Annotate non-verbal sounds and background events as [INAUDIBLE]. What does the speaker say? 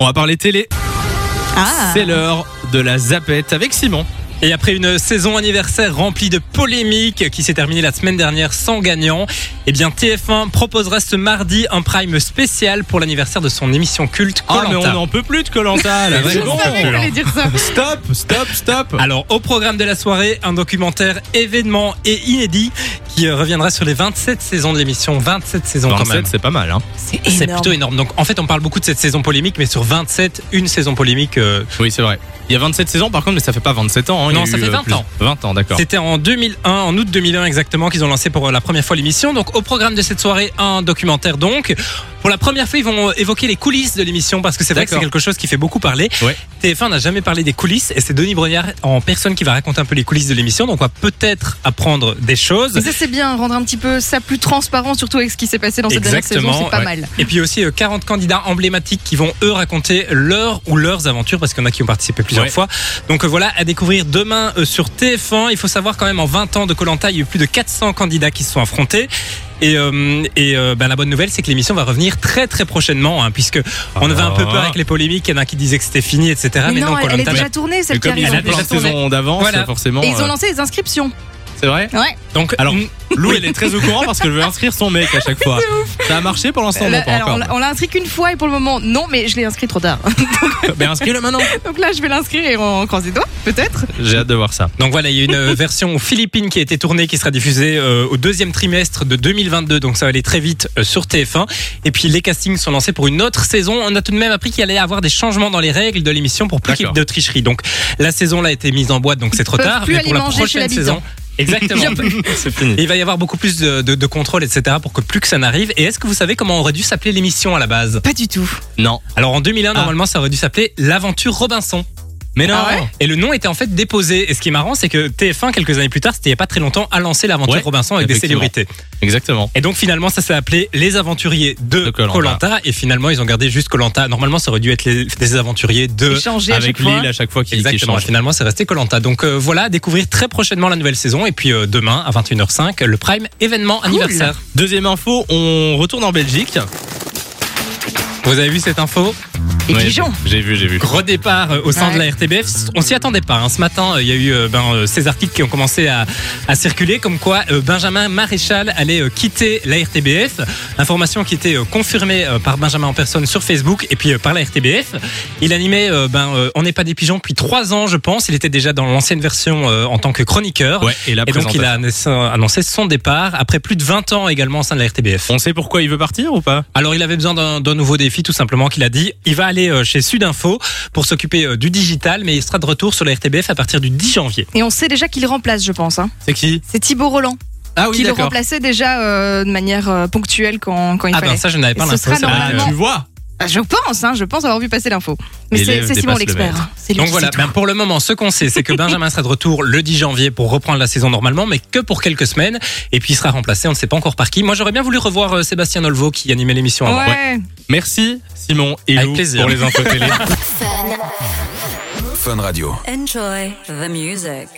On va parler télé. Ah, C'est l'heure de la zapette avec Simon. Et après une saison anniversaire remplie de polémiques qui s'est terminée la semaine dernière sans gagnant, eh bien TF1 proposera ce mardi un prime spécial pour l'anniversaire de son émission culte Ah mais on Koh-Lanta. n'en peut plus de Colanta Ah, là. Je c'est bon. savais que t'allais dire ça. Stop, stop, stop. Alors au programme de la soirée, un documentaire événement et inédit qui euh, reviendra sur les 27 saisons de l'émission, 27 saisons quand même. 27, c'est pas mal hein. C'est C'est énorme. plutôt énorme. Donc en fait on parle beaucoup de cette saison polémique, mais sur 27, une saison polémique euh, Oui, c'est vrai. Il y a 27 saisons par contre mais ça fait pas 27 ans. hein. Il y Non, a ça eu, fait euh, 20 plus- ans. 20 ans, d'accord. C'était en 2001, en août 2001 exactement, qu'ils ont lancé pour euh, la première fois l'émission. Donc au programme de cette soirée, un documentaire donc. Pour la première fois, ils vont euh, évoquer les coulisses de l'émission parce que c'est vrai que c'est D'accord. quelque chose qui fait beaucoup parler. Ouais. TF1 n'a jamais parlé des coulisses et c'est Denis Brognard en personne qui va raconter un peu les coulisses de l'émission. Donc on va peut-être apprendre des choses. Mais ça c'est bien, rendre un petit peu ça plus transparent, surtout avec ce qui s'est passé dans cette dernière saison, Exactement, c'est pas ouais. mal. Et puis aussi euh, 40 candidats emblématiques qui vont eux raconter leur ou leurs aventures parce qu'il y en a qui ont participé plusieurs Ouais. fois. Donc euh, voilà, à découvrir demain euh, sur TF1. Il faut savoir quand même en 20 ans de Colanta, il y a eu plus de 400 candidats qui se sont affrontés. Et, euh, et euh, ben, la bonne nouvelle, c'est que l'émission va revenir très très prochainement, hein, puisque Ah. on avait un peu peur avec les polémiques, il y en a qui disaient que c'était fini, etc. mais, non, elle, elle est Koh-Lanta- déjà tournée Et celle qui comme arrive. ils elle ont a plein déjà de tourné. saisons d'avance, Voilà. forcément. Et ils euh, ont lancé les inscriptions. C'est vrai. Ouais. Donc Alors, alors, Lou, elle est très au courant parce que je veux inscrire son mec à chaque fois. Ça a marché pour l'instant, Là, non pas Euh, alors, on encore. l'a- on l'a inscrit qu'une fois et pour le moment, non, mais je l'ai inscrit trop tard. [LAUGHS] Ben inscris-le maintenant. Donc là, je vais l'inscrire et on croise les doigts, peut-être. J'ai hâte de voir ça. Donc voilà, il y a [LAUGHS] une euh, version aux Philippines qui a été tournée, qui sera diffusée euh, au deuxième trimestre de 2022, donc ça va aller très vite euh, sur TF1. Et puis les castings sont lancés pour une autre saison. On a tout de même appris qu'il allait y avoir des changements dans les règles de l'émission pour plus qu'il y ait D'accord. de tricherie. Donc la saison là a été mise en boîte, donc c'est trop peuvent tard. plus mais aller pour la manger chez prochaine l'habitant. saison, [LAUGHS] exactement. [LAUGHS] C'est fini. Il va y avoir beaucoup plus de, de, de contrôle, etc., pour que plus que ça n'arrive. Et est-ce que vous savez comment aurait dû s'appeler l'émission à la base Pas du tout. Non. Alors en 2001, Ah. normalement, ça aurait dû s'appeler l'aventure Robinson. Mais non. Ah ouais Et le nom était en fait déposé. Et ce qui est marrant, c'est que TF1, quelques années plus tard, c'était il n'y a pas très longtemps, a lancé l'aventure Ouais, Robinson avec des effectivement. célébrités. Exactement. Et donc finalement, ça s'est appelé Les Aventuriers de De Koh-Lanta. Colanta. Et finalement, ils ont gardé juste Colanta. Normalement, ça aurait dû être les, des Aventuriers de. Échanger à chaque Avec fois. Lille à chaque fois qu'il qui Exactement. change. Finalement, c'est resté Colanta. Donc euh, voilà, à découvrir très prochainement la nouvelle saison. Et puis euh, demain, à 21h05, le Prime événement anniversaire. Deuxième info, on retourne en Belgique. Vous avez vu cette info Et Ouais, Dijon. J'ai vu, j'ai vu. Gros départ euh, au sein Ouais. de la RTBF. On s'y attendait pas. hein. Ce matin, euh, il y a eu euh, ben, euh, ces articles qui ont commencé à, à circuler, comme quoi euh, Benjamin Maréchal allait euh, quitter la RTBF. Information qui était euh, confirmée euh, par Benjamin en personne sur Facebook et puis euh, par la RTBF. Il animait euh, ben, euh, On n'est pas des pigeons depuis trois ans, je pense. Il était déjà dans l'ancienne version euh, en tant que chroniqueur. Ouais, et la Et donc, il présentation. a annoncé- annoncé son départ après plus de 20 ans également au sein de la RTBF. On sait pourquoi il veut partir ou pas Alors il avait besoin d'un d'un nouveau défi tout simplement qu'il a dit. Il va aller euh, chez Sudinfo pour s'occuper euh, du digital mais il sera de retour sur la RTBF à partir du 10 janvier. Et on sait déjà qu'il remplace, je pense. hein. C'est qui C'est Thibaut Roland Ah qui le remplaçait déjà euh, de manière euh, ponctuelle quand, quand il Ah fallait. ben ça je n'avais pas Et ce l'info. sera c'est vrai Ah, que- normalement- tu vois Ah, Je pense, hein, je pense avoir vu passer l'info. Mais c'est L'élève c'est Simon dépasse le l'expert. hein. C'est lui Donc qui voilà, sait tout. ben, pour le moment ce qu'on sait c'est que Benjamin sera de retour le 10 janvier pour reprendre la saison normalement mais que pour quelques semaines et puis il sera remplacé, on ne sait pas encore par qui. Moi j'aurais bien voulu revoir euh, Sébastien Nolvo qui animait l'émission avant. Ouais. Merci Simon et Avec Lou plaisir. pour les infos télé. Enjoy the music.